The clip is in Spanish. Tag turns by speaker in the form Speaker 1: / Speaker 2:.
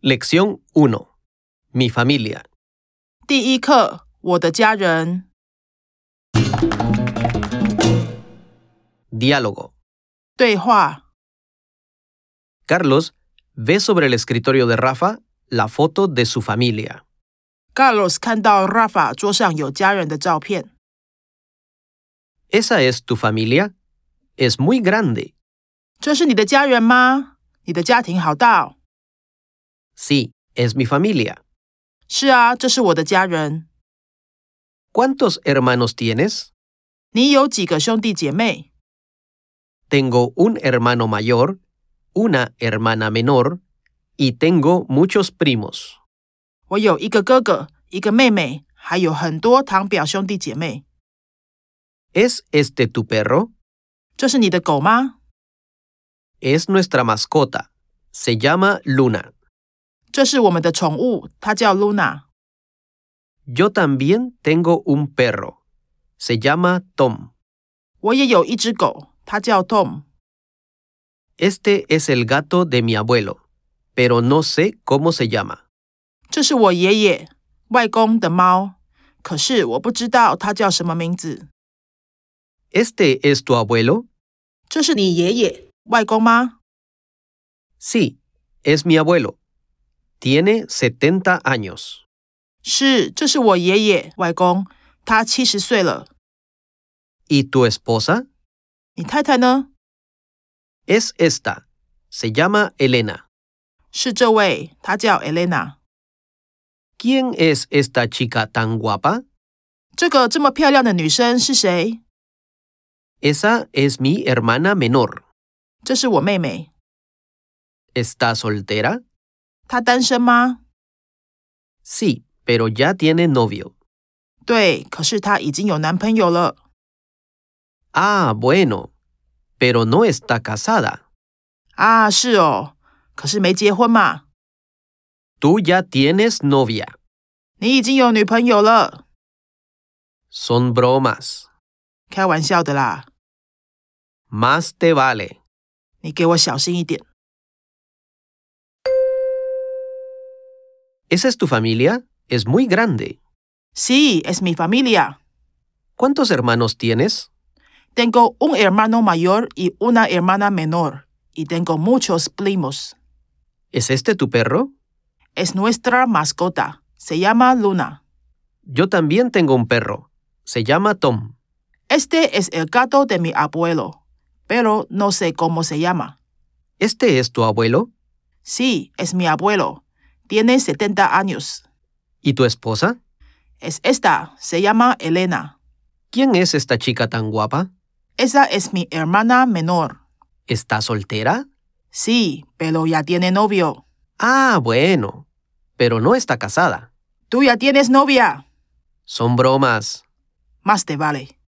Speaker 1: Lección 1. Mi familia.
Speaker 2: 第一课，我的家人。
Speaker 1: Diálogo.
Speaker 2: 对话：
Speaker 1: Carlos ve sobre el escritorio de Rafa la foto de su familia.
Speaker 2: Carlos 看到 Rafa 桌上有家人的照片。
Speaker 1: ¿Esa es tu familia? Es muy grande.
Speaker 2: 这是你的家人吗？你的家庭好大、哦。
Speaker 1: Sí, es mi familia.
Speaker 2: 是啊，这是我的家人。
Speaker 1: ¿Cuántos hermanos tienes?
Speaker 2: 你有几个兄弟姐妹？
Speaker 1: Tengo un hermano mayor, una hermana menor y tengo muchos primos.
Speaker 2: 我有一个哥哥，一个妹妹，还有很多堂表兄弟姐妹。
Speaker 1: ¿Es este tu perro?
Speaker 2: 这是你的狗吗？
Speaker 1: Es nuestra mascota. Se llama Luna.
Speaker 2: 这是我们的宠物，它叫 Luna。
Speaker 1: Yo también tengo un perro. Se llama Tom.
Speaker 2: 我也有一只狗，它叫 Tom。
Speaker 1: Este es el gato de mi abuelo, pero no sé cómo se llama.
Speaker 2: 这是我爷爷外公的猫，可是我不知道它叫什么名字。
Speaker 1: ¿Este es tu abuelo?
Speaker 2: 这是你爷爷外公吗？
Speaker 1: Sí, es mi abuelo. Tiene 70 años.
Speaker 2: 是，这是我爷爷外公，他七十岁了。
Speaker 1: ¿Y tu esposa?
Speaker 2: 你太太呢？
Speaker 1: Es esta. Se llama Elena.
Speaker 2: 是这位，她叫 Elena。
Speaker 1: ¿Quién es esta chica tan guapa?
Speaker 2: 这个这么漂亮的女生是谁？
Speaker 1: Esa es mi hermana menor.
Speaker 2: 这是我妹妹。
Speaker 1: ¿Está soltera?
Speaker 2: 她单身吗？
Speaker 1: Sí, pero ya tiene novio.
Speaker 2: 对，可是她已经有男朋友了。
Speaker 1: Ah, bueno. Pero no está casada.
Speaker 2: 啊，是哦，可是没结婚嘛。
Speaker 1: Tú ya tienes novia.
Speaker 2: 你已经有女朋友了，
Speaker 1: Son bromas.
Speaker 2: 开玩笑的啦。
Speaker 1: Más te vale.
Speaker 2: 你给我小心一点。
Speaker 1: ¿Esa es tu familia? Es muy grande.
Speaker 2: Sí, es mi familia.
Speaker 1: ¿Cuántos hermanos tienes?
Speaker 2: Tengo un hermano mayor y una hermana menor, y tengo muchos primos.
Speaker 1: ¿Es este tu perro?
Speaker 2: Es nuestra mascota. Se llama Luna.
Speaker 1: Yo también tengo un perro. Se llama Tom.
Speaker 2: Este es el gato de mi abuelo, pero no sé cómo se llama.
Speaker 1: ¿Este es tu abuelo?
Speaker 2: Sí, es mi abuelo. Tiene 70 años.
Speaker 1: ¿Y tu esposa?
Speaker 2: Es esta, se llama Elena.
Speaker 1: ¿Quién es esta chica tan guapa?
Speaker 2: Esa es mi hermana menor.
Speaker 1: ¿Está soltera?
Speaker 2: Sí, pero ya tiene novio.
Speaker 1: Ah, bueno. Pero no está casada.
Speaker 2: Tú ya tienes novia.
Speaker 1: Son bromas.
Speaker 2: Más te vale.